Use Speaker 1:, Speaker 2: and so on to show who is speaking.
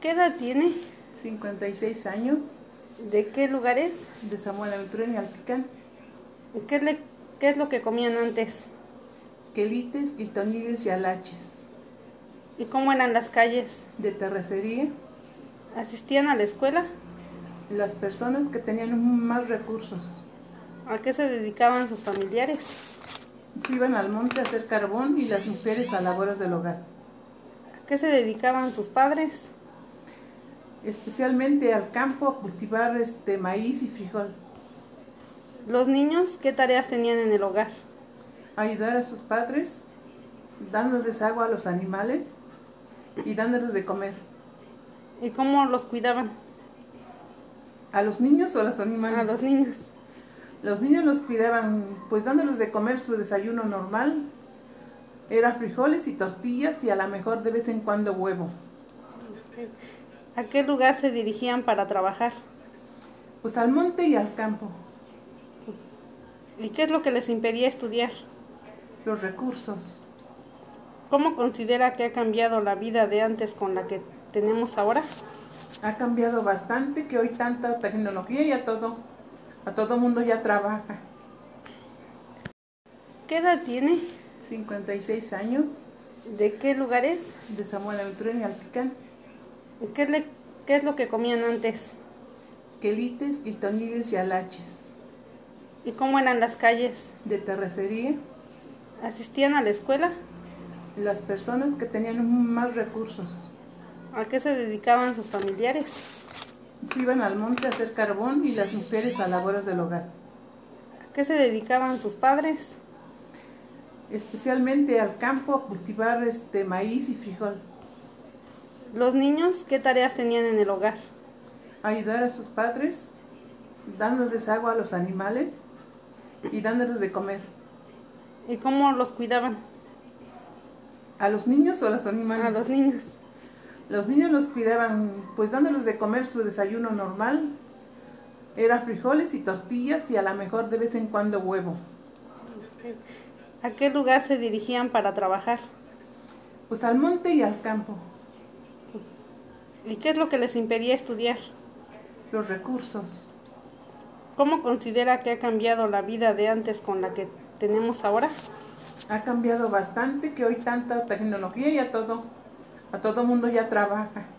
Speaker 1: ¿Qué edad tiene?
Speaker 2: 56 años,
Speaker 1: ¿De qué lugar es?
Speaker 2: de Samuel Aventura en Alticán.
Speaker 1: ¿Qué, le- qué es lo que comían antes?
Speaker 2: Quelites, Quistoniles y Alaches.
Speaker 1: ¿Y cómo eran las calles?
Speaker 2: De terracería,
Speaker 1: ¿Asistían a la escuela?
Speaker 2: las personas que tenían más recursos
Speaker 1: ¿A qué se dedicaban sus familiares?
Speaker 2: se iban al monte a hacer carbón y las mujeres a labores del hogar,
Speaker 1: ¿A qué se dedicaban sus padres?
Speaker 2: especialmente al campo a cultivar este maíz y frijol,
Speaker 1: ¿Los niños qué tareas tenían en el hogar?
Speaker 2: ayudar a sus padres, dándoles agua a los animales y dándoles de comer.
Speaker 1: ¿Y cómo los cuidaban
Speaker 2: ¿A los niños o a los
Speaker 1: a
Speaker 2: animales?
Speaker 1: los niños?
Speaker 2: Los niños los cuidaban, pues dándoles de comer su desayuno normal. Era frijoles y tortillas y a lo mejor de vez en cuando huevo.
Speaker 1: ¿A qué lugar se dirigían para trabajar?
Speaker 2: Pues al monte y al campo,
Speaker 1: ¿Y qué es lo que les impedía estudiar?
Speaker 2: los recursos.
Speaker 1: ¿Cómo considera que ha cambiado la vida de antes con la que tenemos ahora?
Speaker 2: Ha cambiado bastante que hoy tanta tecnología y a todo, a todo mundo ya trabaja.
Speaker 1: ¿Qué edad tiene?
Speaker 2: 56 años,
Speaker 1: ¿De qué lugar es?
Speaker 2: de Samuel Aventura en Alticán.
Speaker 1: Pues, ¿Qué, le- qué es lo que comían antes?
Speaker 2: Quelites, Quistoniles y Alaches.
Speaker 1: ¿Y cómo eran las calles?
Speaker 2: De terracería,
Speaker 1: ¿Asistían a la escuela?
Speaker 2: las personas que tenían más recursos
Speaker 1: ¿A qué se dedicaban sus familiares?
Speaker 2: se iban al monte a hacer carbón y las mujeres a labores del hogar.
Speaker 1: ¿A qué se dedicaban sus padres?
Speaker 2: especialmente al campo a cultivar este maíz y frijol,
Speaker 1: ¿Los niños qué tareas tenían en el hogar?
Speaker 2: ayudar a sus padres, dándoles agua a los animales y dándoles de comer.
Speaker 1: ¿Y cómo los cuidaban
Speaker 2: ¿A los niños o a los
Speaker 1: a
Speaker 2: animales?
Speaker 1: los niños?
Speaker 2: Los niños los cuidaban, pues dándoles de comer su desayuno normal. Era frijoles y tortillas y a lo mejor de vez en cuando huevo.
Speaker 1: ¿A qué lugar se dirigían para trabajar?
Speaker 2: Pues al monte y al campo,
Speaker 1: ¿Y qué es lo que les impedía estudiar?
Speaker 2: los recursos.
Speaker 1: ¿Cómo considera que ha cambiado la vida de antes con la que tenemos ahora?
Speaker 2: Ha cambiado bastante que hoy tanta tecnología y a todo, a todo mundo ya trabaja.